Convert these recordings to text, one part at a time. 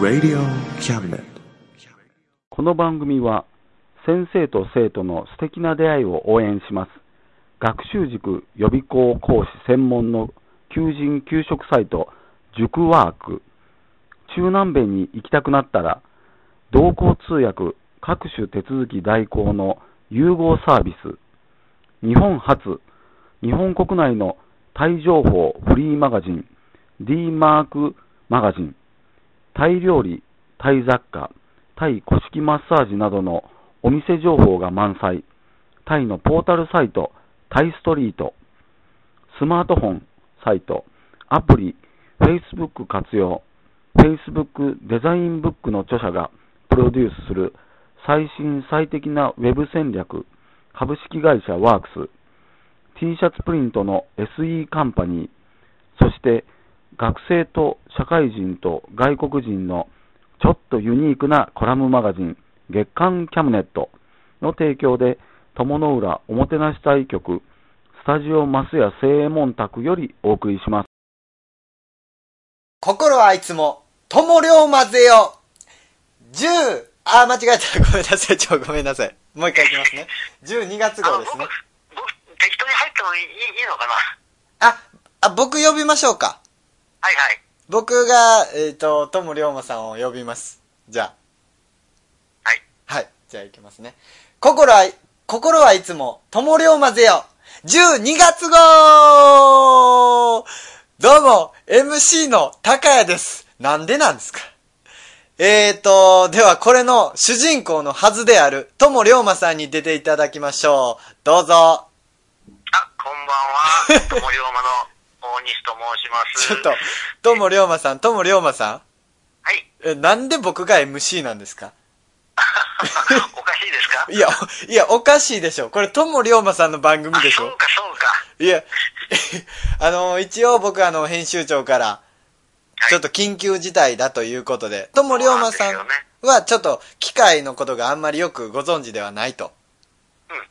Radio Cabinet. この番組は先生と生徒の素敵な出会いを応援します学習塾予備校講師専門の求人・給食サイト塾ワーク中南米に行きたくなったら同行通訳各種手続き代行の融合サービス日本初日本国内のタイ情報フリーマガジン D マークマガジンタイ料理、タイ雑貨、タイ古式マッサージなどのお店情報が満載。タイのポータルサイト、タイストリート。スマートフォン、サイト、アプリ、Facebook 活用。Facebook デザインブックの著者がプロデュースする最新最適なウェブ戦略。株式会社ワークス。T シャツプリントの SE カンパニー。そして学生と社会人と外国人のちょっとユニークなコラムマガジン月刊キャムネットの提供で友の浦おもてなし対局スタジオマスヤ正右衛門宅よりお送りします。心はいつも、友量混ぜよ。10、あー、間違えた。ごめんなさい、ちょ、ごめんなさい。もう一回いきますね。12月号ですね。あの僕、僕、適当に入ってもいいいいのかなあ、あ、僕呼びましょうか。はいはい。僕が、えっ、と、友龍馬さんを呼びます。じゃあ。はい。はい。じゃあ行きますね。心は、心はいつも、友龍馬ぜよ !12 月号どうも、MC の高谷です。なんでなんですかえーと、ではこれの主人公のはずである、友龍馬さんに出ていただきましょう。どうぞ。あ、こんばんは。友龍馬の大西と申します。ちょっ と、友龍馬さん、友龍馬さん。はい。え、なんで僕が MC なんですかおかしいで すかいや、いや、おかしいでしょ。これ、ともりょうまさんの番組あ、でしそうょ。かそうか。いや、 あの、一応僕、あの、編集長から、はいちょっと緊急事態だということで、ともりょうまさそうなんんですよは、ちょっと、機械のことがあんまりよくご存知ではないと、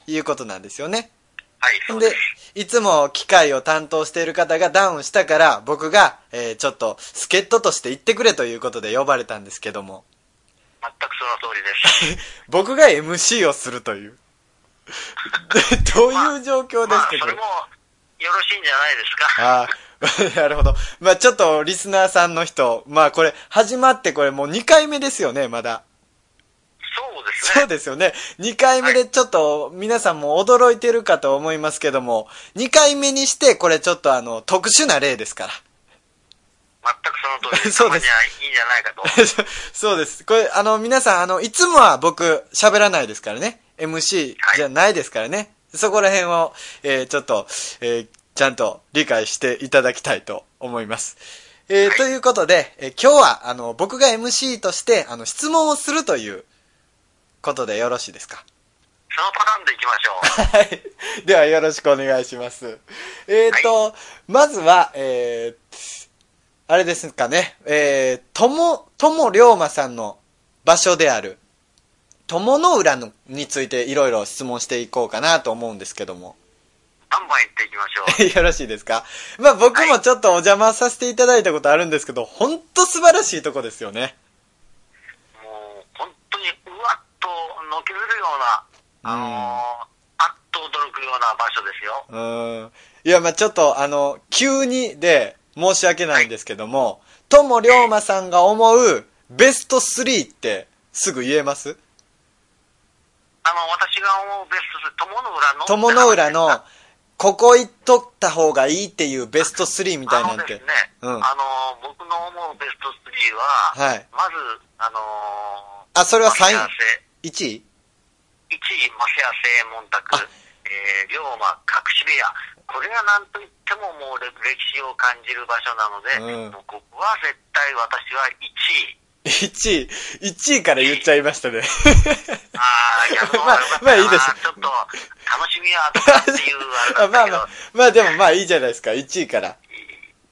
ういうことなんですよね。はい、そうでです。、いつも機械を担当している方がダウンしたから、僕が、えーちょっと、助っ人として行ってくれということで呼ばれたんですけども、全くその通りです。 僕が MC をするという。でどういう状況でまあす、けど、それも、よろしいんじゃないですあ あ、か。なるほど。まあちょっとリスナーさんの人、まあこれ、始まってこれもう2回目ですよね、まだ。そうですそうね。ですよね。2回目でちょっと皆さんも驚いてるかと思いますけども、2回目にしてこれちょっとあの、特殊な例ですから。全くその通りです。 そうですたまにはいいんじゃないかと。 そうです。これ、あの、皆さん、あの、いつもは僕、喋らないですからね。MC じゃないですからね。そこら辺を、えーちょっと、えーちゃんと理解していただきたいと思います。えーということで、えー今日は、あの、僕が MC として、あの、質問をするという、ことでよろしいですかそのパターンでいきましょう。はい。では、よろしくお願いします。えっ、と、まずは、えーあれですかね、えー、とも、とも龍馬さんの場所である、友の浦のについていろいろ質問していこうかなと思うんですけども。 バンバン行っていきましょう。よろしいですかまあ僕もちょっとお邪魔させていただいたことあるんですけど、ほんと素晴らしいとこですよね。もう、本当に、うわっと、のけずるような、あのー、あっと驚くような場所ですよ。うーんいや、まあちょっと、あの、急にで申し訳ないんですけども、ともりょうまさんが思うベスト3ってすぐ言えますあの、私が思うベストス、友の浦の。友の浦の あ、ここ行っとった方がいいっていうベスト3みたいのなんでて。すね、うんあの、僕の思うベスト3は、はいまず、あのあ、それー、は3マセ位 ?1 位1位、マセア製門卓、えー、龍馬、隠し部屋。これが何と言ってももう歴史を感じる場所なので、うんもうここは絶対私は1位。 ?1 位 ?1 位から言っちゃいましたね。ああ、いや、そうまあよかった なまあいいですちょっと、楽しみは後かっていうああれまだあったけ まあ、、まどあでもまあいいじゃないですか、1位から。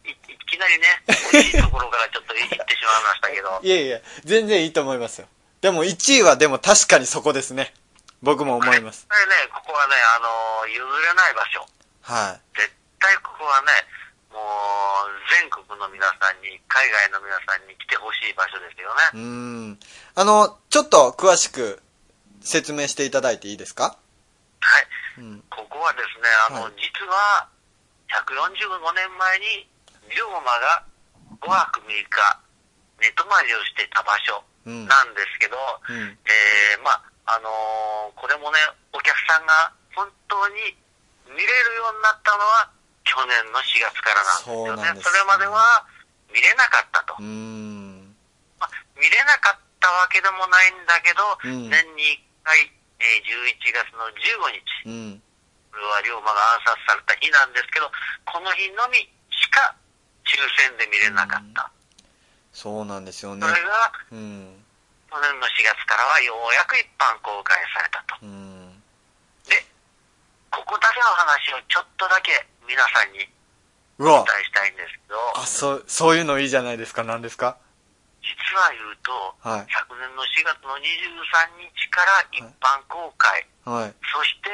いいきなりね、いいところからちょっと行ってしまいましたけど、いやいや、全然いいと思いますよ。でも1位はでも確かにそこですね。僕も思います。これね、ここはね、あのー譲れない場所。はい。絶対ここはね、もう、全国の皆さんに、海外の皆さんに来てほしい場所ですようね。ん。あの、ちょっと詳しく説明していただいていいですかはい。うん。ここはですね、あの、はい実は、145年前に、龍馬が5泊6日、寝泊まりをしていた場所うん。なんですけど、うん。えー、まあ、あのーこれもね、お客さんが本当に見れるようになったのは、去年の4月からなんですよそうなんね。ですそれまでは見れなかったとう。ん。まあ、見れなかったわけでもないんだけど、うん年に1回、えー11月のうん。15日、これは龍馬が暗殺された日なんですけど、この日のみしか抽選で見れなかった。そうなんですよそねれ。がうん。去年の4月からはようやく一般公開されたと。うん。で、ここだけの話をちょっとだけ皆さんにうわお伝えしたいんですけど、あ、そう、そういうのいいじゃないですか。何ですか実は言うと、はい昨年の4月の23日から一般公開、はい。そして、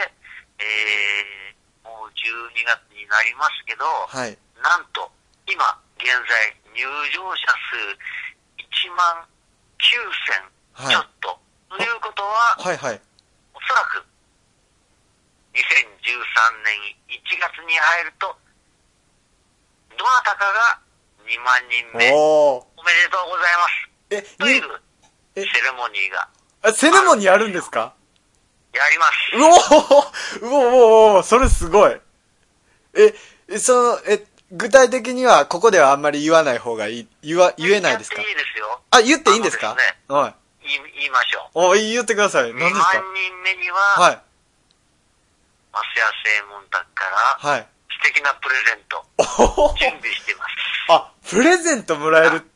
えー、もう12月になりますけど、はい。なんと、今、現在、入場者数1万9000はいちょっと。ということは、はいはい。おそらく、2013年1月に入ると、どなたかが2万人目、おおー。めでとうございます。え、というに、えセレモニーがあセレモニーやるんですかやります。うおーうおーおーそれすごい。え、えその、え、具体的にはここではあんまり言わない方がいい、言わ、言えないですかやっていいですよ。あ、言っていいんですかあのですねはい。言い言いましょう。お、言ってください。何2です万か人目にはは、い。マスヤ製門宅からはい。素敵なプレゼント、おほほ準備しています。あ、プレゼントもらえる。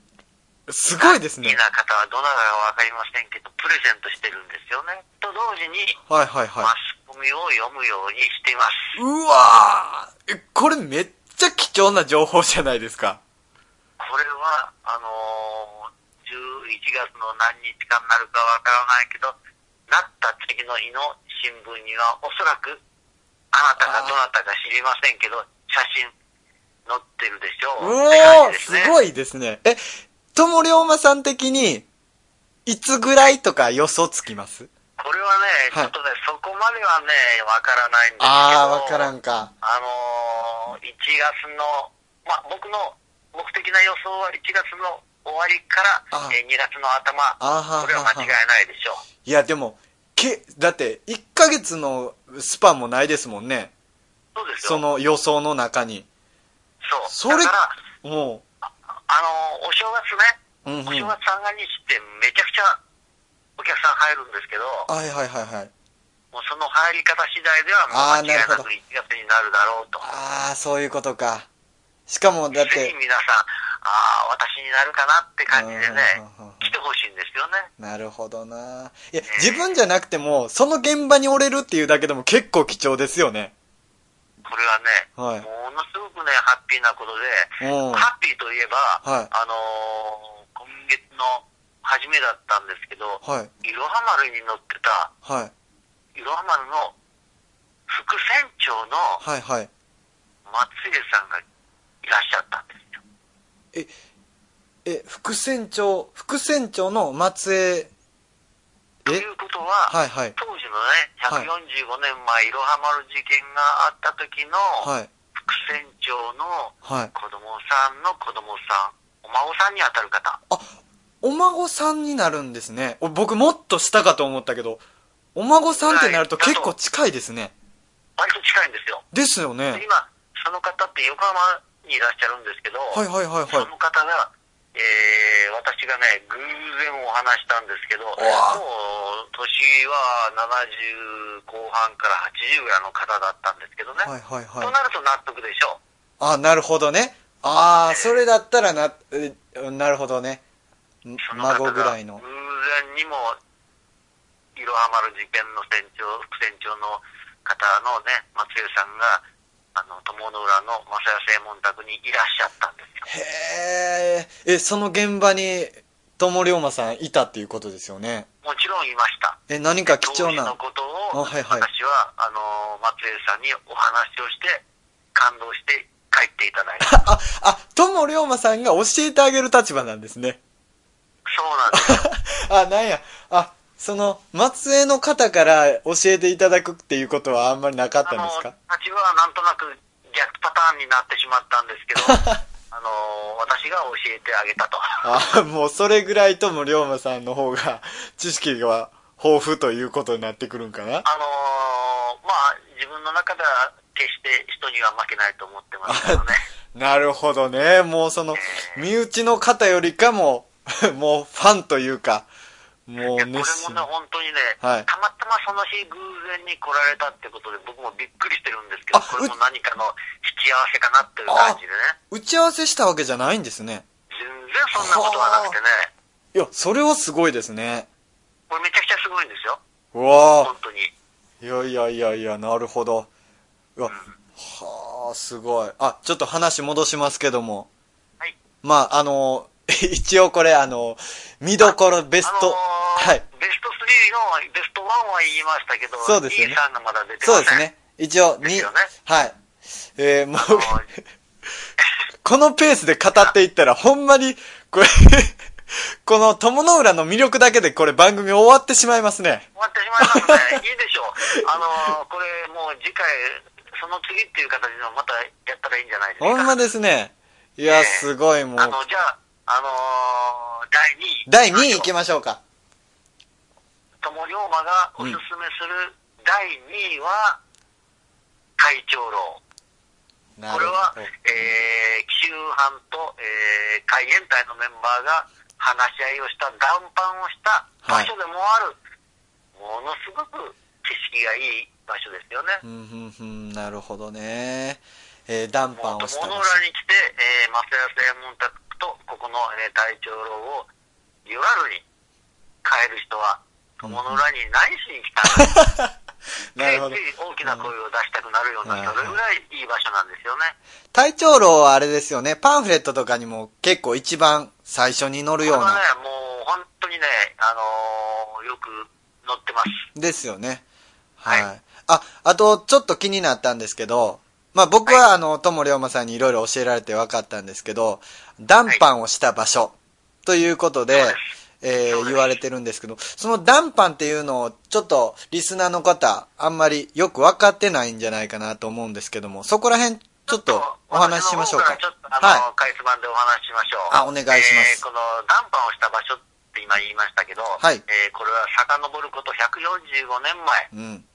すごいです好きね。な方はどなたかわかりませんけど、プレゼントしてるんですよね。と同時に、はいはいはいマ。スコミを読むようにしています。うわーえ、これめっちゃ貴重な情報じゃないですか。これは、あのー11月の何日間になるかわからないけど、なった次の日の新聞にはおそらく、あなたがどなたか知りませんけど、写真載ってるでしょうう。って感おーじですすね。ごいですね。え、ともりょうまさん的に、いつぐらいとか予想つきますこれはね、はいちょっとね、そこまではね、わからないんですけど。あー、わからんか。あのー、1月の、まあ、僕の、僕的な予想は1月の終わりからあ、えー2月の頭、あはははこれは間違いないでしょう。いや、でも、け、だって、1ヶ月のスパンもないですもんね。そうですよ。その予想の中に。そそう。れだから、もあのー、お正月ね、う、うんうん。お正は月三が日ってめちゃくちゃお客さん入るんですけど、いはいはいはい。もうその入り方次第では、あーもう間違いななるほどく1月になるだろうと。あー、そういうことか。しかも、だっぜひて、皆さん、ああ、私になるかなって感じでねうんうんうんうん、来てほしいんですよね。なるほどな。いや、自分じゃなくても、その現場におれるっていうだけでも結構貴重ですよね。これはね、はいものすごくね、ハッピーなことで、うんハッピーといえば、はいあのー今月の初めだったんですけど、はい、いろは丸に乗ってた、はい、いろは丸の副船長のはい、はい。松江さんがいらっしゃったんですよ。え、副船長、副船長の松江、ということは、はい、はい、当時のね、はい145年前、いろは丸事件があった時の、はい、副船長のはい。子供さんの子供さん、お孫さんにあたる方。お孫さんになるんですね。お僕もっと下かと思ったけど、お孫さんってなると結構近いですね。割と近いんですよ。ですよでね。今、その方って横浜にいらっしゃるんですけど、はい、はい、はい、そはの方が、えー、私がね、偶然お話したんですけど、もわう、年は70後半から80ぐらいの方だったんですけどね。い。はい、はい、とはい。なると納得でしょう。あ、なるほどね。あー、それだったらな、えなるほどね。んその方孫がぐらいの偶。然にも、いろは丸事件の船長、副船長の方のね、松江さんが、あの、友の浦の正谷正門宅にいらっしゃったんですよ。へーえ、その現場に、友龍馬さんいたっていうことですよね。もちろんいました。え、何か貴重当時のな。ことを、あはいはい私は、あの、松江さんにお話をして、感動して帰入っていた だいて。あ、あ、友龍馬さんが教えてあげる立場なんですね。 そうなんです。あ、なんや。あ、その、松江の方から教えていただくっていうことはあんまりなかったんあのですか立場はなんとなく逆パターンになってしまったんです けど、あの私が教えてあげたと。あ、もうそれぐらい友龍馬さんの方が 知識が豊富ということになってくるんかなあのまあ、自分の中では決して人には負けないと思ってますけどね。なるほどね。もうその、身内の方よりかも、 もうファンというか、 もういやこれ熱心もね、。本当にね、はいたまたまその日偶然に来られたってことで、僕もびっくりしてるんですけど、あこれも何かの引き合わせかなっていう感じでね、打ち合わせしたわけじゃないんですね。全然そんなことはなくてね、いや、それはすごいですね。これめちゃくちゃすごいんですよ、うわ本当に。いやいやいやいや、なるほど。うわ、はあ、すごい。あ、ちょっと話戻しますけども。はい。まあ、あの、 一応これ、あの、見どころベスト、あのーはい。ベスト3の、ベスト1は言いましたけど、そうですよね E さんがまだ出てそうませんです。ね。一応、ですに、よねはい。えー、もう、はいこのペースで語っていったら、ほんまに、これ、 この友の浦の魅力だけでこれ番組終わってしまいますね。終わってしま いますね。いいでしょう。あのーこれもう次回、その次っていう形のまたやったらいいんじゃないですか。ほんまですね。いや、すごいもう。あの、じゃあ、あのー第2位。第2位行きましょうか。友龍馬がおすすめする第2位は、会長楼。なこれは、えー、紀州藩と、えー、海援隊のメンバーが話し合いをした、談判をした場所でもある、ものすごく景色がいい場所ですようね。ん、うん、うん、なるほどね。えー、談判をもうした友場の所。裏に来て、えー、松屋正門宅と、ここの、えー、大長老を夜るに帰る人は、友の裏に何 しに来たんだなるほっどて。大きな声を出したくなるような、それぐらいいい場所なんですよね。体調楼はあれですよね、パンフレットとかにも結構一番最初に載るようこれはな。ね、もう本当にね、あのーよく乗ってます。ですよね。はい。はあ、あと、ちょっと気になったんですけど、まあ僕は、あの、友龍馬さんにいろいろ教えられて分かったんですけど、談判をした場所ということで、はいえそうー、です言われてるんですけど、その談判っていうのを、ちょっとリスナーの方、あんまりよく分かってないんじゃないかなと思うんですけども、そこら辺、ちょっとお話ししましょうか私。の方からちょっと、あはの、かいつまんでお話ししましょう。あお願いしますえーこの談判をした場所って今言いましたけど、はいえーこれは遡ること145年前、い。うん。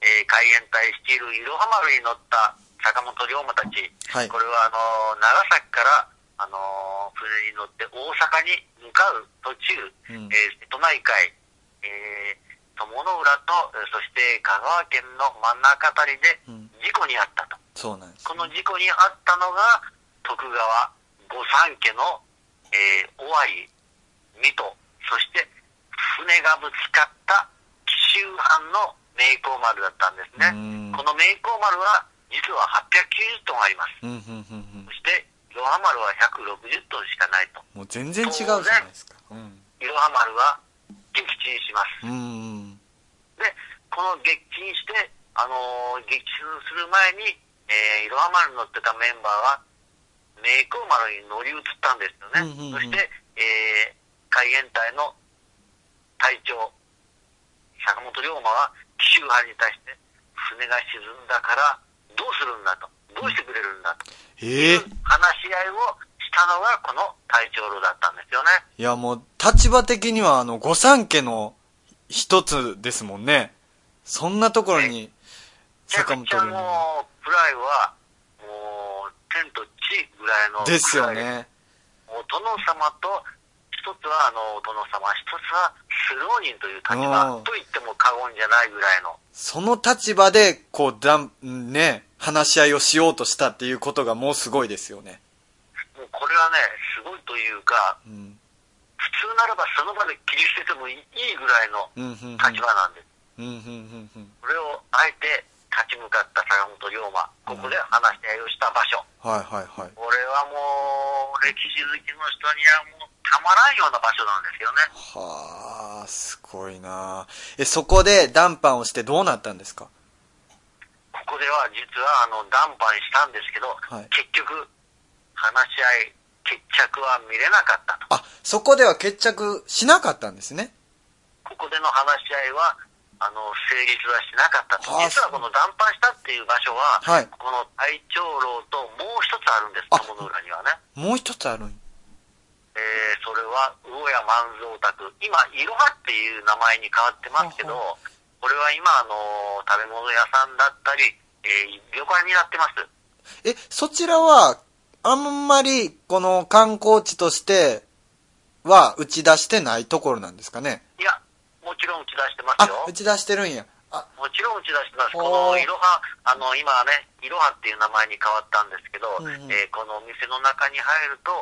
えー海援隊率いるいろは丸に乗った坂本龍馬たち、はいこれは、あのー長崎から、あのー船に乗って大阪に向かう途中、うんえー瀬戸内海、えー友の浦と、えーそして香川県の真ん中あたりでうん事故に遭ったと。そうなんです。この事故に遭ったのが、徳川御三家の、えー尾張、水戸、そして船がぶつかった紀州藩の明光丸だったんですねうん。この明光丸は、実は890トンあります。うん、うん、うん、うんそ。して、いろは丸は160トンしかないと。もう全然違うじゃないですか。うん。いろは丸は撃沈しまうす。ん。で、この撃沈して、あのー撃沈する前に、えー、いろは丸に乗ってたメンバーは、明光丸に乗り移ったんですよね。うんうんうんそして、えー、海援隊の隊長、坂本龍馬は、紀州藩に対して、船が沈んだから、どうするんだと。どうしてくれるんだと。ええ話し合いをしたのが、この隊長炉だったんですよね。いやもう、立場的にはあの、御三家の一つですもんね。そんなところに、めちゃく坂本龍ちゃ馬。もう、プライは、もう、天と地ぐらいの。ですよ。ね。お殿様と、一つはあの、お殿様、一つはスロー人という立う場んと言っても過言じゃないぐらいの。その立場で、こう、だん、ね、話し合いをしようとしたっていうことがもうすごいですよね。もうこれはね、すごいというか、うん。普通ならばその場で切り捨ててもいいぐらいのうん、うん、うん。立場なんです。うん、うん、うん、うん。これをあえて立ち向かった坂本龍馬、ここで話し合いをした場所。はい、はい、はい。これはもう、歴史好きの人にはもうたまらんような場所なんですよね。はあ、すごいなえ、そこで談判をしてどうなったんですかここでは実はあの談判したんですけど、はい結局、話し合い、決着は見れなかったと。あ、そこでは決着しなかったんですね。ここでの話し合いは、あの、成立はしなかったと。あー実はこの談判したっていう場所は、はいこの大長老ともう一つあるんです、あ友の浦にはね。もう一つあるんえーそれは魚屋万蔵宅今いろはっていう名前に変わってますけどほこれは今、あのー食べ物屋さんだったり、えー旅館になってますえ、そちらは、あんまり、この観光地としては打ち出してないところなんですかね。いやもちろん打ち出してますあよ、打ち出してるんや。あ、もちろん打ち出してますこほうのいろはあの今はねいろはっていう名前に変わったんですけど、うんうんえーこのお店の中に入ると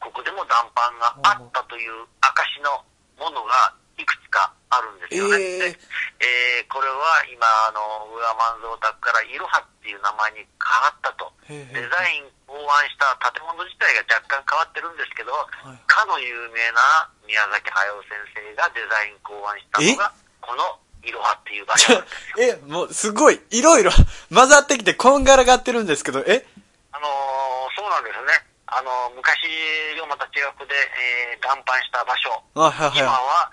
ここでも談判があったという証のものがいくつかあるんですえよね、でええーこれは今、あの、上万蔵宅からいろはっていう名前に変わったと。へえデザイン考案した建物自体が若干変わってるんですけど、いかの有名な宮崎駿先生がデザイン考案したのが、このいろはっていう場ち所ょ。え、もう、すごい、いろいろ混ざってきて、こんがらがってるんですけど、えあのーそうなんですね。あのー昔よまた違くで、えー談判した場所。あ、はいはい今はは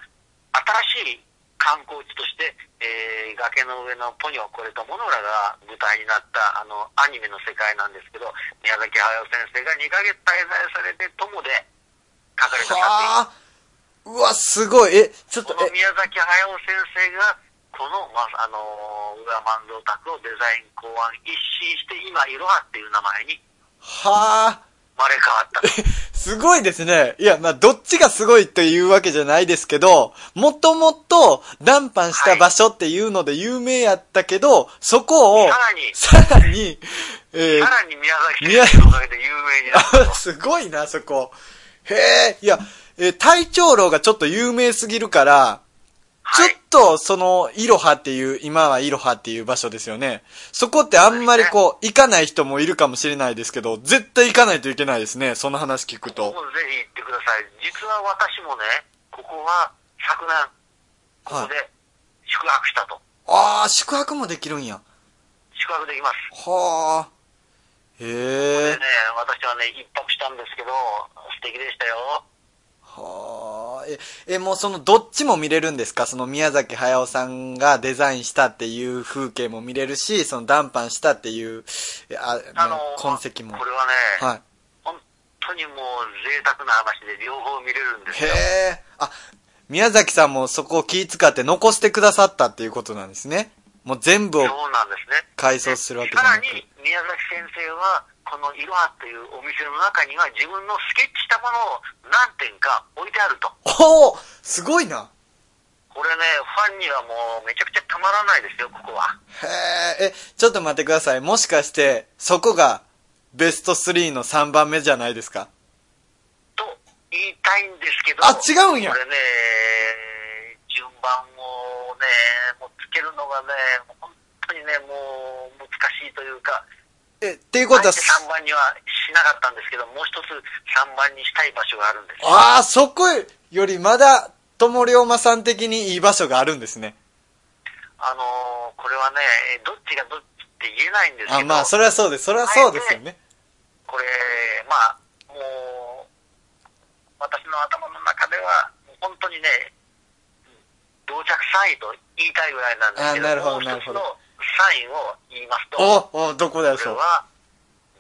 新しい観光地として、えー崖の上のポニョ、これとモノラが舞台になったあのアニメの世界なんですけど、宮崎駿先生が2ヶ月滞在されて友で書かれい。た作品。はあ、うわ、すごい、え、ちょっとこ、のえ、宮崎駿先生が、この、まあ、あのー、裏万蔵宅をデザイン考案一新して、今、いろはっていう名前にはあ、生まれ変わったと。 すごいですね。いや、まあ、どっちがすごいというわけじゃないですけど、もともと談判した場所っていうので有名やったけど、そこを、さらにさらに、えーさらに宮崎先生のおかげで有名になったあ すごいな、そこ。へえ、いや、えー、隊長楼がちょっと有名すぎるから、はいちょっと、その、イロハっていう、今はイロハっていう場所ですよね。そこってあんまりこう、行かない人もいるかもしれないですけど、絶対行かないといけないですね。その話聞くと。もうぜひ行ってください。実は私もね、ここは昨年、ここで宿泊したと。ああ、宿泊もできるんや。宿泊できます。はあ。へでえね。、私はね、一泊したんですけど、素敵でしたよ。はあ。え、え、もうその、どっちも見れるんですかその宮崎駿さんがデザインしたっていう風景も見れるし、その談判したっていう、えあ、あのもう、痕跡も。これはね、はい。本当にもう贅沢な話で両方見れるんですへよ。え。あ、宮崎さんもそこを気遣って残してくださったっていうことなんですね。もう全部そをうなんですね。改装するわけじゃさならく。に、宮崎先生は、このいろはというお店の中には自分のスケッチしたものを何点か置いてあると。おおすごいな。これね、ファンにはもうめちゃくちゃたまらないですよ、ここは。へえ、え、ちょっと待ってください。もしかして、そこがベスト3の3番目じゃないですかと言いたいんですけど、あ違うんやこれね、順番をね、もうつけるのがね、本当にね、もう難しいというか、え、っていうことは、 3番にはしなかったんですけど、もう一つ3番にしたい場所があるんですよ。ああ、そこよりまだ、友龍馬さん的にいい場所があるんですね。あのーこれはね、どっちがどっちって言えないんですあけど、まあ、それはそうです。それはそうですよね。これ、まあ、もう、私の頭の中では、本当にね、同着3位と言いたいぐらいなんですけど、あなるほどもう一つのなるほど3位を言いますと、こおおどこだよ、れそう。は、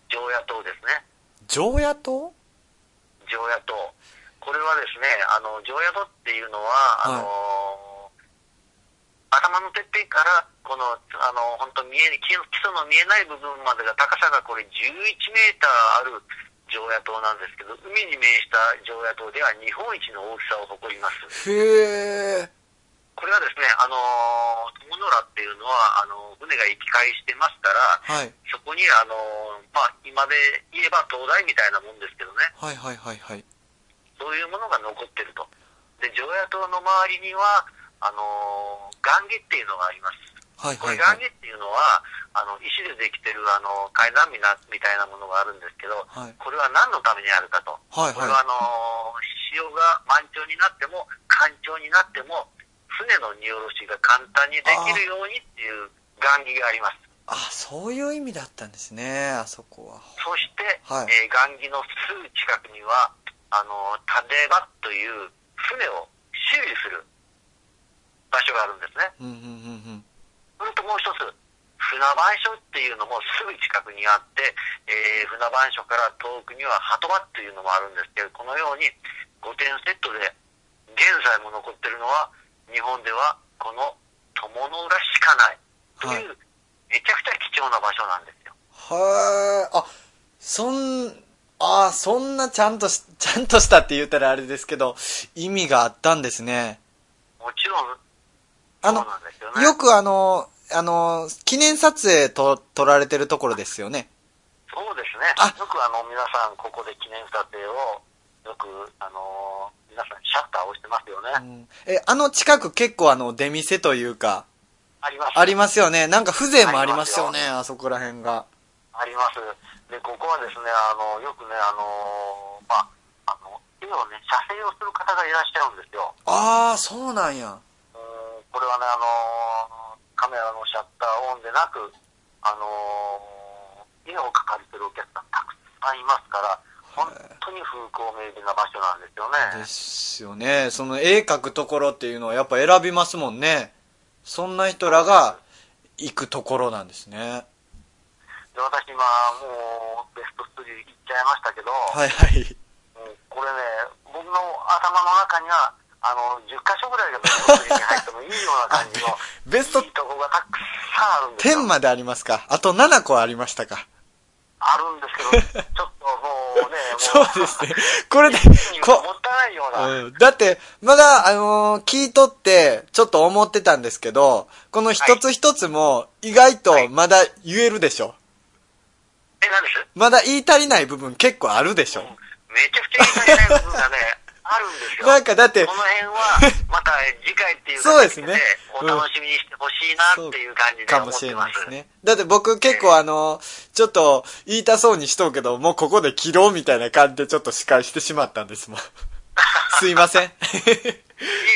常夜島ですね。常夜島常夜島。これはですね、あの、常夜島っていうのは、はいあの頭のてっぺんから、この、あの、本当見え、基基礎の見えない部分までが高さがこれ11メーターある常夜島なんですけど、海に面した常夜島では日本一の大きさを誇ります。へえ。これはですね、あの友野浦っていうのは、あの船が行き交いしてますから、はい。そこに、あのまあ、今で言えば灯台みたいなもんですけどね、はいはいはいはい。そういうものが残ってると。で、常夜島の周りには、あのー、岩木っていうのがあります。はいこはれいは岩い。木っていうのは、あの、石でできてる、あの、階段みな、みたいなものがあるんですけど、はいこれは何のためにあるかと。はいこれははあのー、潮が満潮になっても、干潮になっても、船の荷下ろしが簡単にできるようにっていう岩木があります。い。あ、そういう意味だったんですね、あそこは。そして、はいえー雁木のすぐ近くには、あの、タデバという船を修理する場所があるんですね。うん、うん、うん、それともう一つ、船番所っていうのもすぐ近くにあって、えー船番所から遠くには鳩場っていうのもあるんですけど、このように5点セットで、現在も残ってるのは、日本ではこの友の浦しかないという、めちゃくちゃ貴重な場所なんですよ。うん。はーあ、そん、あーそんなちゃんとし、 ちゃんとしたって言ったらあれですけど、意味があったんですね。もちろん、あそのう、なんですよね。よくあの、あの、記念撮影と、撮られてるところですよね。そうですね。あよくあの、皆さん、ここで記念撮影を、よく、あのー皆さんシャッターを押してますよね。うんえ、あの近く結構あの、出店というか、あります。ありますよね。なんか風情もありますよね、ありあそこら辺が。あります。で、ここはですね、あの、よくね、あのーまあ、あの、今ね、写生をする方がいらっしゃるんですよ。ああ、そうなんや。うーん、これはね、あのーカメラのシャッターオンでなく、あのー絵を描かれてるお客さんたくさんいますから、本当に風光明媚な場所なんですよねで。すよね。その絵描くところっていうのはやっぱ選びますもんね。そんな人らが行くところなんですね。で、私今、もう、ベスト3いっちゃいましたけど、はいはい。、もうこれね、僕の頭の中には、あの、10箇所ぐらいがベスト3に入ってもいいような感じの ベストいいとこがたくさんあるんですよ。 10までありますかあと7個ありましたかあるんですけど、ちょっともうね、もう、 そうですね。これで、こも、ったいないような、うんだって、まだ、あのー聞いとって、ちょっと思ってたんですけど、この一つ一つも、意外とまだ言えるでしょ。え、なんですまだ言い足りない部分結構あるでしょ。めちゃくちゃいない部分がね、あるんですよ。なんかだってこの辺は、また次回っていうそうです形ねお楽しみにしてほしいなっていう感じでか思もっしてれま。。ないですすね。だって僕結構あの、ちょっと言いたそうにしとうけど、もうここで切ろうみたいな感じでちょっと司会してしまったんですもん。すいません。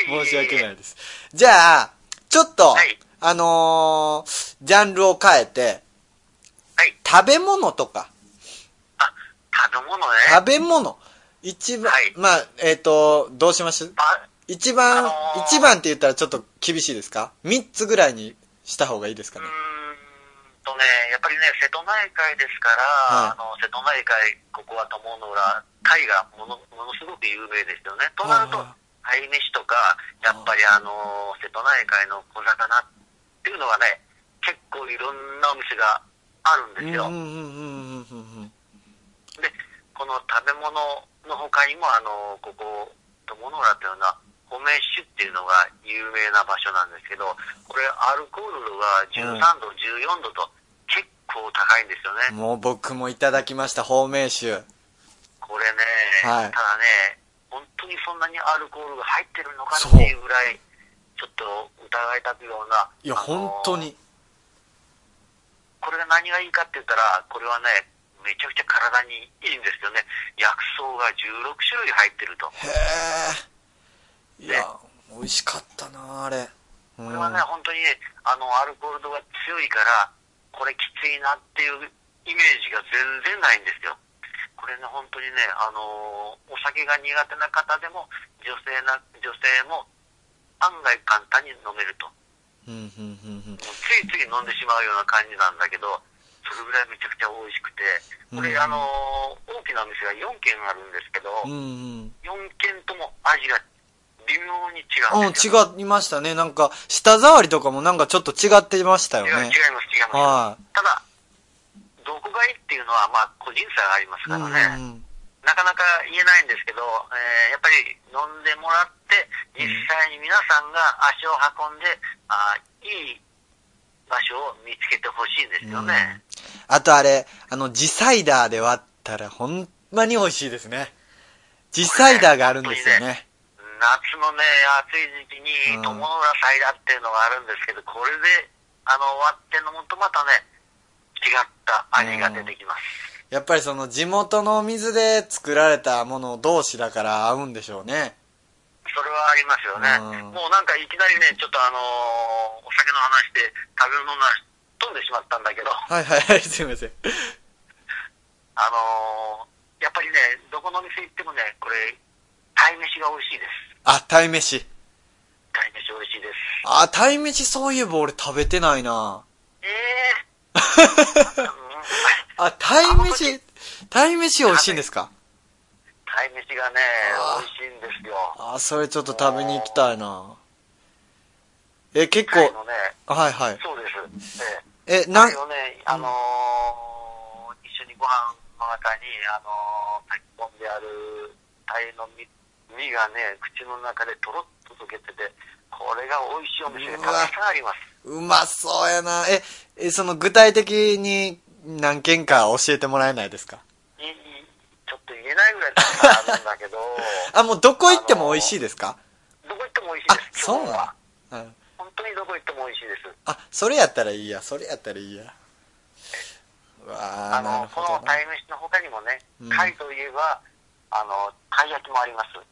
申し訳ないいです。じゃあ、ちょっと、はいあのージャンルを変えて、はい食べ物とか、あ、食べ物ね。食べ物、一番、はいまあ、えっ、と、どうしますば一番、あのー一番って言ったらちょっと厳しいですか三つぐらいにした方がいいですかうーね。んとね、やっぱりね、瀬戸内海ですから、はいあの瀬戸内海、ここは友の浦、貝がものものすごく有名ですよね。となるとはい、貝飯とか、やっぱりあの瀬戸内海の小魚っていうのはね、結構いろんなお店があるんうでんすうんうんうんうよ。んうんうん。で、この食べ物の他にも、あのここ、友の浦というのは、米酒っていうのが有名な場所なんですけど、これ、アルコール度が13度、14度と、結構高いんですよね。もう僕もいただきました、芳名酒。これね、はいただね、本当にそんなにアルコールが入ってるのかっていうぐらい、ちょっと疑いたくような。いや、あの本当。に。これが何がいいかって言ったら、これはね、めちゃくちゃ体にいいんですよね。薬草が16種類入ってると。へえ。いや、美味しかったな、あれ。うんこれはね、本当にねあのアルコール度が強いから、これきついなっていうイメージが全然ないんですよ。これね、本当にね、あのーお酒が苦手な方でも、女性な、女性も案外簡単に飲めると。うん、うん、うん、うん。もうついつい飲んでしまうような感じなんだけど、それぐらいめちゃくちゃ美味しくて、こうんれ、あのー大きなお店が4軒あるんですけど、うん、うん。 4軒とも味が微妙に違うん、うんですよ。違いましたね。なんか、舌触りとかもなんかちょっと違ってましたよいやね。違います、違いはます。ただ、どこがいいっていうのは、まあ、個人差がありますい。うかん、うらんね、なかなか言えないんですけど、えーやっぱり飲んでもらって、実際に皆さんが足を運んで、あーいい場所を見つけてほしいんですうん、ようんね。。あとあれ、あの、ジサイダーで割ったら、ほんまに美味しいですね。ジサイダーがあるんですよね。夏のね、暑い時期にうん友の浦サイダーっていうのがあるんですけど、これで、あの、割って飲むとまたね、違った味が出てきます。やっぱりその、地元のお水で作られたもの同士だから合うんでしょうね。それはありますよね。うんもうなんかいきなりね、ちょっとあのーお酒の話で、食べ物の話飛んでしまったんだけど、はいはいはい、すいません。あのーやっぱりね、どこの店行ってもね、これ、鯛飯が美味しいです。あ、鯛めし。鯛飯美味しいです。あ、鯛めしそういえば俺食べてないなええー、うんあ、鯛めし、鯛めし美味しいんですか鯛飯がねあー、美味しいんですよ。あ、それちょっと食べに行きたいなえ、結鯛構、のね、はいはい。そうです。えええ、なん鯛、をね、あのー一緒にご飯の中に、あのー炊き込んである鯛の身身がね、口の中でとろっと溶けてて、これが美味しいお店がたくさんあります。うまそうやなえ、え、その具体的に何件か教えてもらえないですかいいちょっと言えないぐらいたくさんあるんだけど、 あ、もうどこ行っても美味しいですかどこ行っても美あ味しい、です。そう今日はなのうん本当にどこ行っても美味しいです。あ、それやったらいいや、それやったらいいや。うわああなのる、こほのどな。鯛飯の他にもねうん、貝といえば、あの、たい焼きもあります。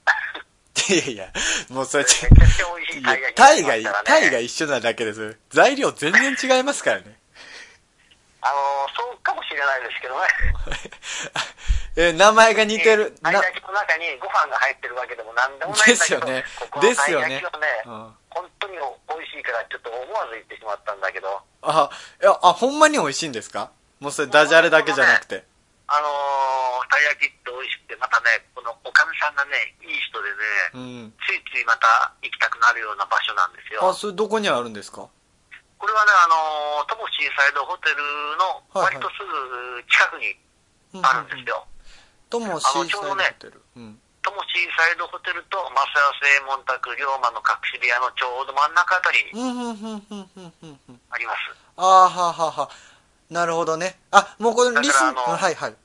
いやいや、もうそれめちちょゃ、くちゃ美味しいいたやい焼きタイが、もありますからねタイが一緒なだけです。材料全然違いますからね。 あの、そうかもしれないですけどえ、ね。名前が似てる。たいな、焼きの中にご飯が入ってるわけでもなんでもないでんだけど。すよねここ。のですよたいね焼きは。うね、ん本当に美味しいからちょっと思わず言ってしまったんだけど、あ、いや、あ、ほんまに美味しいんですかもうそれダジャレだけじゃなくて。あのー、たい焼きって美味しくて、またね、このおかみさんがね、いい人でうね、ん。ついついまた行きたくなるような場所なんですよあ、。それどこにあるんですかこれはね、あのー、友シーサイドホテルのはいはい割とすぐ近くにあるんですよ。ともシーサイドホテル。うん。友シーサイドホテルと増屋製門宅龍馬の隠し部屋のちょうど真ん中あたりうにん、うん、うん、うん、うん、うんうん。あります。あーはーはーはーなるほどね。あ、もうこれリスン、だからあのはいはい。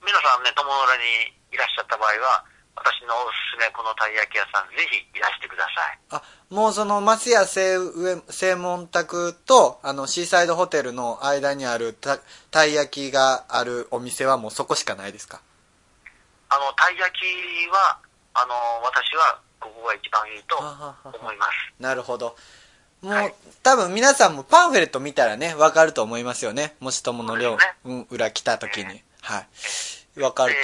皆さんね、友浦にいらっしゃった場合は、私のおすすめこのたい焼き屋さん、ぜひいらしてください。あ、もうその、松屋西上、西門宅と、あの、シーサイドホテルの間にあるた、たい焼きがあるお店はもうそこしかないですかあの、たい焼きは、あの、私はここが一番いいとあはは思います。なるほど。もう、はい多分皆さんもパンフレット見たらね、わかると思いますよね。もしともの量、そうですねうん、裏来た時に。はい。わかるで、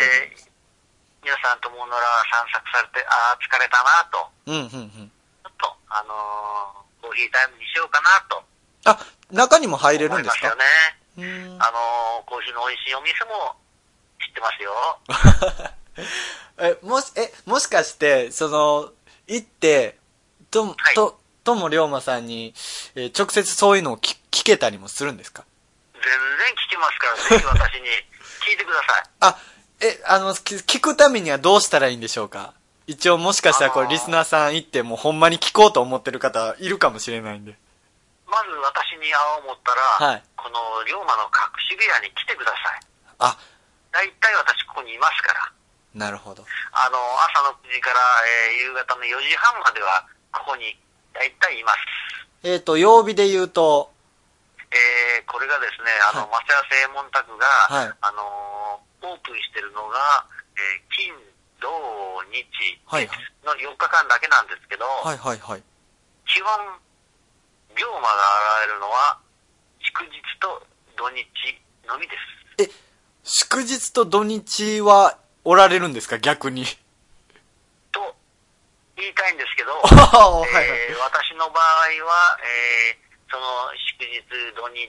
皆さん友浦散策されて、ああ、疲れたなと、と思う。うん、うん、うん。ちょっと、あのーコーヒータイムにしようかなとあ、中にも入れる思んいでますすよかね。うーんあのーコーヒーの美味しいお店も知ってますよ。 え、もし、え、もしかして、その、行って、と、はいと、とも龍馬さんに、えー直接そういうのを聞聞けたりもするんですか全然聞きますから、ぜひ私に聞いてください。あ、え、あの、き聞くためにはどうしたらいいんでしょうか一応もしかしたらこれあーリスナーさん行ってもうほんまに聞こうと思ってる方いるかもしれないんで。まず私に会おう思ったはら、いこの龍馬の隠し部屋に来てください。あ、大体私ここにいますから、なるほど。あの、朝の9時から、えー夕方の4時半まではここに大体います。えっ、と、曜日で言うと、えーこれがですね、あの、は松屋製門宅が、はいあのーオープンしてるのが、えー金、土、日、はい月の4日間だけなんですけど、はいはいはい。基本、龍馬が現れるのは、祝日と土日のみです。祝日と土日はおられるんですか逆に。 と言いたいんですけど、 はえー私の場合は、えーその祝日、土日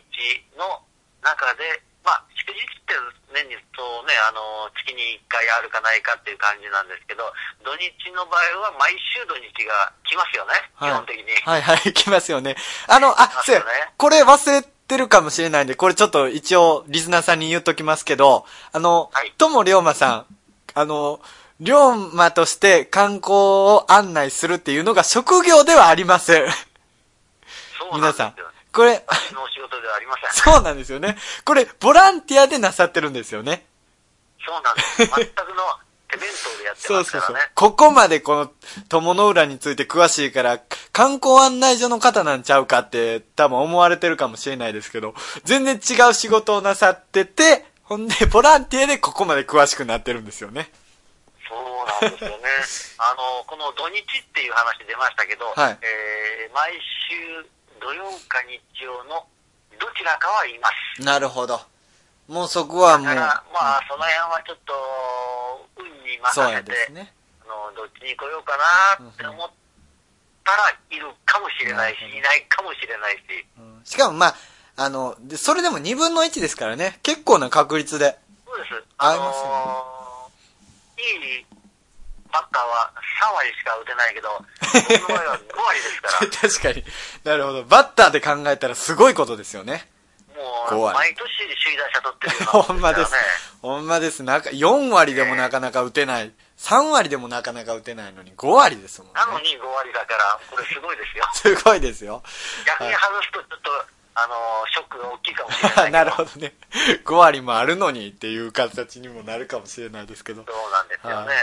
の中で、まあ、祝日って年にそうね、あの、月に1回あるかないかっていう感じなんですけど、土日の場合は毎週土日が来ますよね、はい基本的に。はいはい、 行きますよね。あの、あま、すそうよやね、これ忘れてるかもしれないんで、これちょっと一応、リスナーさんに言っときますけど、あのはい、とも龍馬さん、あの、龍馬として観光を案内するっていうのが職業ではありません。そうな皆んですさんよ。。これ、 私のお仕事ではありません。そうなんですよね。これ、ボランティアでなさってるんですよね。そうなんです。 全くの手弁当でやってそまうすそかうらそうね。。ここまでこの、友の浦について詳しいから、観光案内所の方なんちゃうかって、多分思われてるかもしれないですけど、全然違う仕事をなさってて、ほんで、ボランティアでここまで詳しくなってるんですよね。そうなんですよね。 あの、この土日っていう話出ましたけど、はいえー毎週土曜か日曜のどちらかは言います。なるほど。もうそこはもうた、だ、まあ、その辺はちょっと、運に任そうせやてで、すね。あのどっちに来ようかなって思ったらいるかもしれないし、うんいないかもしれないし、うんしかもまあ、あの、でそれでも2分の1ですからね。結構な確率で。そうです。合あいますよねのいいバッターは3割しか打てな いけど、僕の場合は5割ですか確から、に。なるほど。バッターで考えたらすごいことですよね。も5う割毎年首位打者取ってるよ うほんなまんですからね。。ほんまです。なんか、4割でもなかなか打てない。3割でもなかなか打てないのに、5割ですもんね。なのに5割だから、これすご いですよ。すごいですよ。逆に外すとちょっと、あのショックが大きいかもしれないけ ど。なるほどね。5割もあるのにっていう形にもなるかもしれないですけど。そうなんですよね。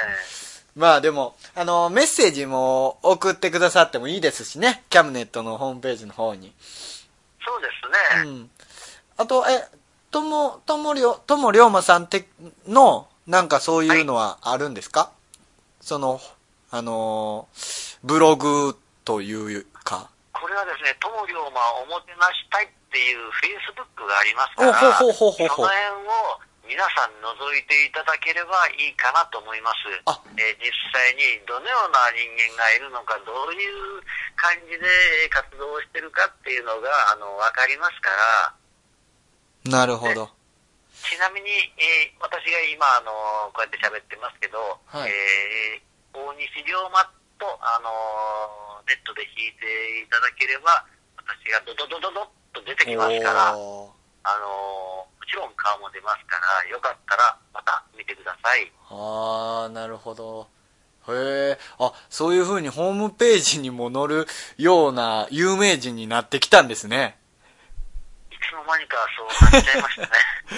まあでも、あの、メッセージも送ってくださってもいいですしね。キャムネットのホームページの方に。そうですうね。ん。あと、え、とも、ともりょ、ともりょうまさんての、なんかそういうのはあるんですか、その、あのーブログというか。これはですね、友龍馬をおもてなしたいっていうフェイスブックがありますかおら、ほそうのほうほう辺ほうほう。を皆さん覗いていただければいいかなと思います。あえー実際にどのような人間がいるのか、どういう感じで活動をしてるかっていうのが、あの、わかりますから、なるほど。ちなみに、えー私が今、あのこうやって喋ってますけど、はいえー大西龍馬と、あのネットで引いていただければ、私がドドドドドッと出てきますから、あのおーもちろん顔も出ますから、よかったらまた見てください。ああ、なるほど。へえ、あ、そういう風にホームページにも載るような有名人になってきたんですね。いつの間にかそうなっちゃいましたね。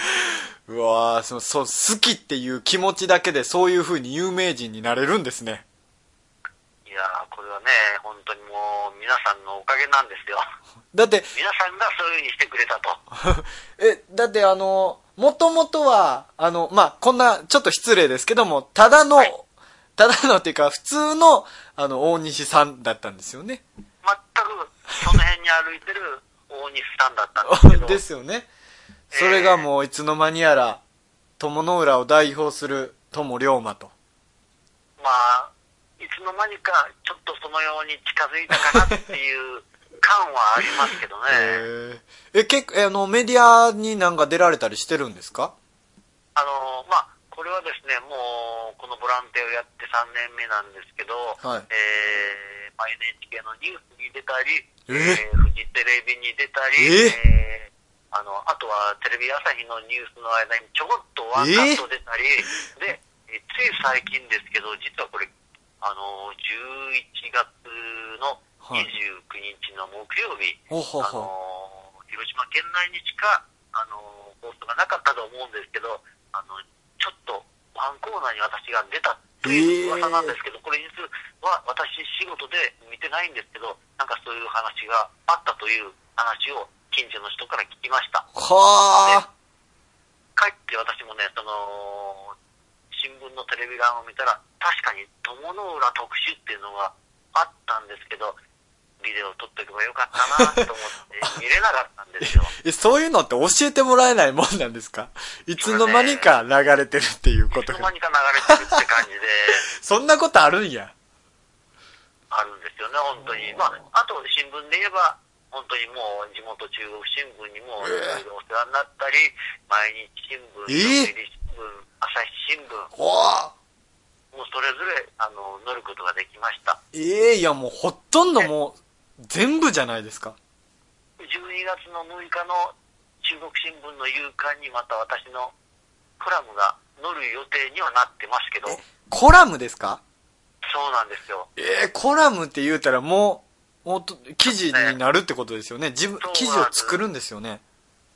うわーそそう、好きっていう気持ちだけでそういう風に有名人になれるんですね。いやー、これはね、本当にもう皆さんのおかげなんですよ。だって、皆さんがそういうふうにしてくれたと。え、だってあの、もともとは、あの、まあ、こんな、ちょっと失礼ですけども、ただの、はいただのっていうか、普通の、あの、大西さんだったんですよね。全くその辺に歩いてる大西さんだったんです けど。ですよね。それがもう、いつの間にやら、友の浦を代表する、友龍馬と。まあ、いつの間にかちょっとそのように近づいたかなっていう感はありますけどね。へえ。え、結構、あの、メディアになんか出られたりしてるんですかあの、まあ、これはですね、もう、このボランティアをやって3年目なんですけど、はいえーまあ、NHK のニュースに出たり、ええーフジテレビに出たり、えーあの、あとはテレビ朝日のニュースの間にちょこっとワンカット出たり、で、えーつい最近ですけど、実はこれ、あの、11月のはい29日の木曜日、ほうほうあほの広島県内にしか、あの放送がなかったと思うんですけど、あのちょっとワンコーナーに私が出たという噂なんですけど、これ実は私仕事で見てないんですけど、なんかそういう話があったという話を近所の人から聞きました。う。はあ。帰って私もね、その、新聞のテレビ欄を見たら、確かに友の浦特集っていうのがあったんですけど、ビデオ撮っておけばよかったなと思って、見れなかったんですよ。え、そういうのって教えてもらえないもんなんですかいつの間にか流れてるっていうこいつとのが。間にか流れてるって感じ で、そんなことあるんや。あるんですよね、本当に。まあ、あと新聞で言えば、本当にもう地元中国新聞にもいろいろお世話になったり、毎日新聞、えー読売新聞、朝日新聞、おーもうそれぞれ、あの、乗ることができました。ええいやもうほとんどもう、全部じゃないですか。 12月の6日の中国新聞の夕刊にまた私のコラムが載る予定にはなってますけど、コラムですかそうなんですよ。ええコラムって言うたらもう、もっと記事になるってことですよね。自分そう、なんで記す事を作るんですよね。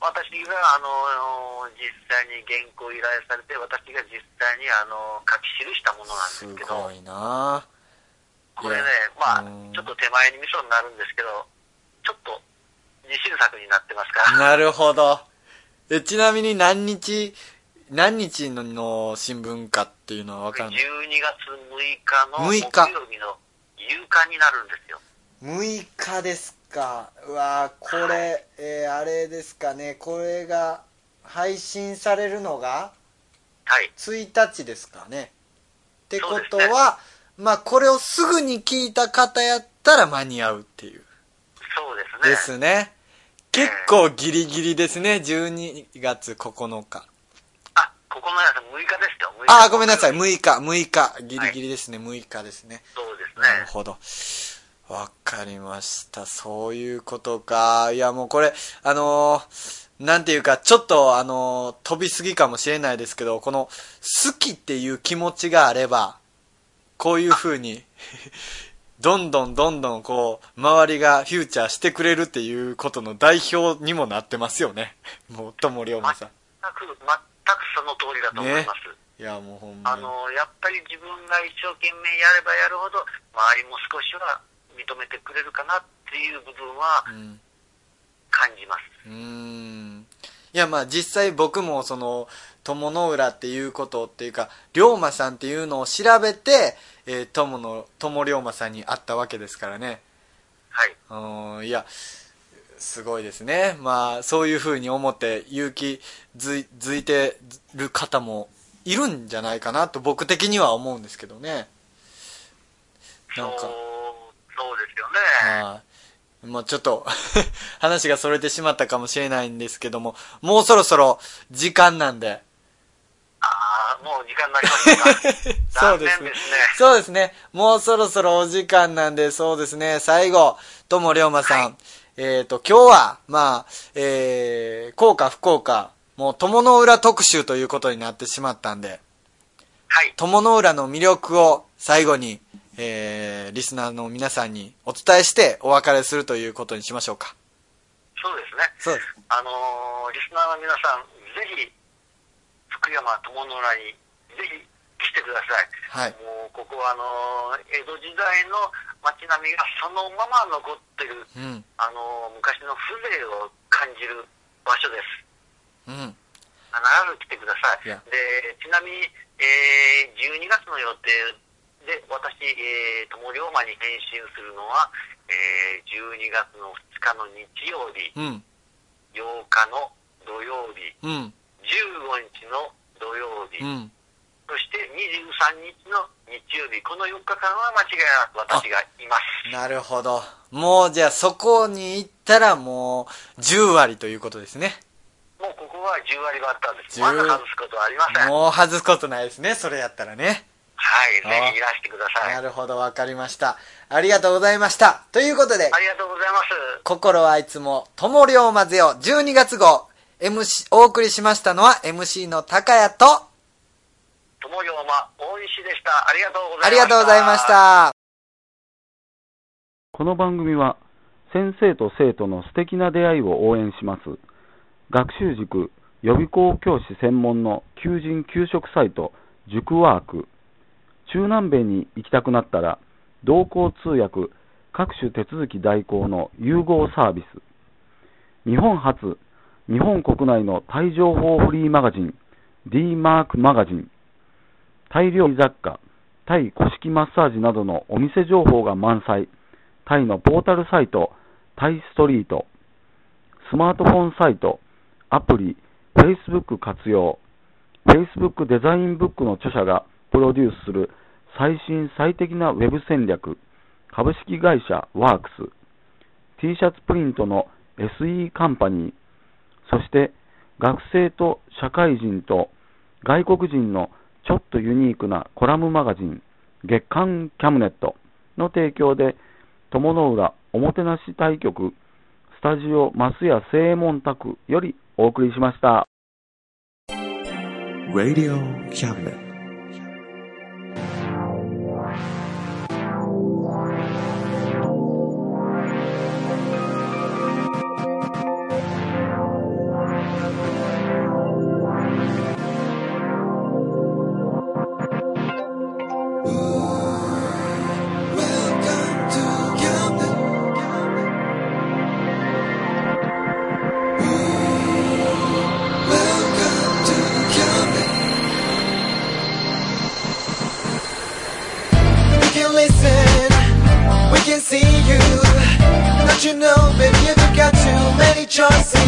私が、あの、実際に原稿を依頼されて、私が実際に、あの、書き記したものなんですすけどご、いなこれねいや、まあうん、ちょっと手前に味噌になるんですけど、ちょっと自信作になってますかぁら、なるほど。え、ちなみに何日、何日のの新聞かっていうのはわか12んない。月6日の木6日曜日の夕刊になるんですよ。 6日ですかうわーこれ、えーあれですかねこれが配信されるのがはい。 1日ですかねってことそうですは、まあこれをすぐに聞いた方やったら間に合うっていうそうですね。ですね結構ギリギリですね12月9日あ、ここのやつ6日ですよ。6日あーごめんなさい6日6日ギリギリですね6日ですねそうですなるね。ほど。わかりました。そういうことか。いや、もうこれ、あのーなんていうか、ちょっと、あのー飛びすぎかもしれないですけど、この、好きっていう気持ちがあれば、こういう風に、 どんどんどんどん、こう、周りがフューチャーしてくれるっていうことの代表にもなってますよね。もう、ともりお全まさく、全くその通りだと思います。ん。いや、もうほんまあに。の、やっぱり自分が一生懸命やればやるほど、周りも少しは認めてくれるかなっていう部分はうん感じます。うーんいやまあ実際僕もその友の浦っていうことっていうか龍馬さんっていうのを調べて、えー、友の友龍馬さんに会ったわけですからねはい。うーんいやすごいですねまあそういうふうに思って勇気づいづいてる方もいるんじゃないかなと僕的には思うんですけどねそなうんか、そうですよね。はい。まあちょっと、 話がそれてしまったかもしれないんですけども、もうそろそろ時間なんで。ああ、もう時間になりましたか 。そうです残ね念ですね。そうですね。もうそろそろお時間なんで、そうですね。最後、友龍馬さん。えっ、と、今日は、まあ、えー、幸か不幸か、もう友の浦特集ということになってしまったんで、はい。友の浦の魅力を最後に、えー、リスナーの皆さんにお伝えしてお別れするということにしましょうか。そうですね。そうです。あのーリスナーの皆さん、ぜひ、福山友の浦に、ぜひ来てくだはさい。いもう、ここは、あのー江戸時代の街並みがそのまま残ってる、うん。あのー昔の風情を感じる場所です。うん。必ず来てください。いやで、ちなみに、えー12月の予定で、私、えー、友龍馬に返信するのは、えー12月の2日の日曜日、うん。 8日の土曜日、うん。 15日の土曜日、うん。そして23日の日曜日、この4日間は間違いなく私がいます。なるほど。もうじゃあそこに行ったらもう10割ということですね。もうここは10割バッターです。 10まだ外すことはありません。はい、もう外すことないですね、それやったらね。ぜひいらしてください。なるほど、わかりました。ありがとうございました。ということであ、りがとうございます。心はいつも、ともりょうまぜよ、12月号、MC、お送りしましたのは MC の高谷と、友龍馬大石でした。ありがとうございました。ありがとうございました。この番組は先生と生徒の素敵な出会いを応援します学習塾予備校教師専門の求人・求職サイト塾ワーク中南米に行きたくなったら同行通訳各種手続き代行の融合サービス日本初日本国内のタイ情報フリーマガジン D マークマガジンタイ料理雑貨タイ古式マッサージなどのお店情報が満載タイのポータルサイト、タイストリート、スマートフォンサイト、アプリ、Facebook 活用、Facebook デザインブックの著者がプロデュースする最新最適なウェブ戦略、株式会社ワークス、T シャツプリントの SE カンパニー、そして学生と社会人と外国人のちょっとユニークなコラムマガジン月刊キャムネットの提供で友の浦おもてなし対局スタジオ増屋正門宅よりお送りしました。 Radio Cabinet. choices.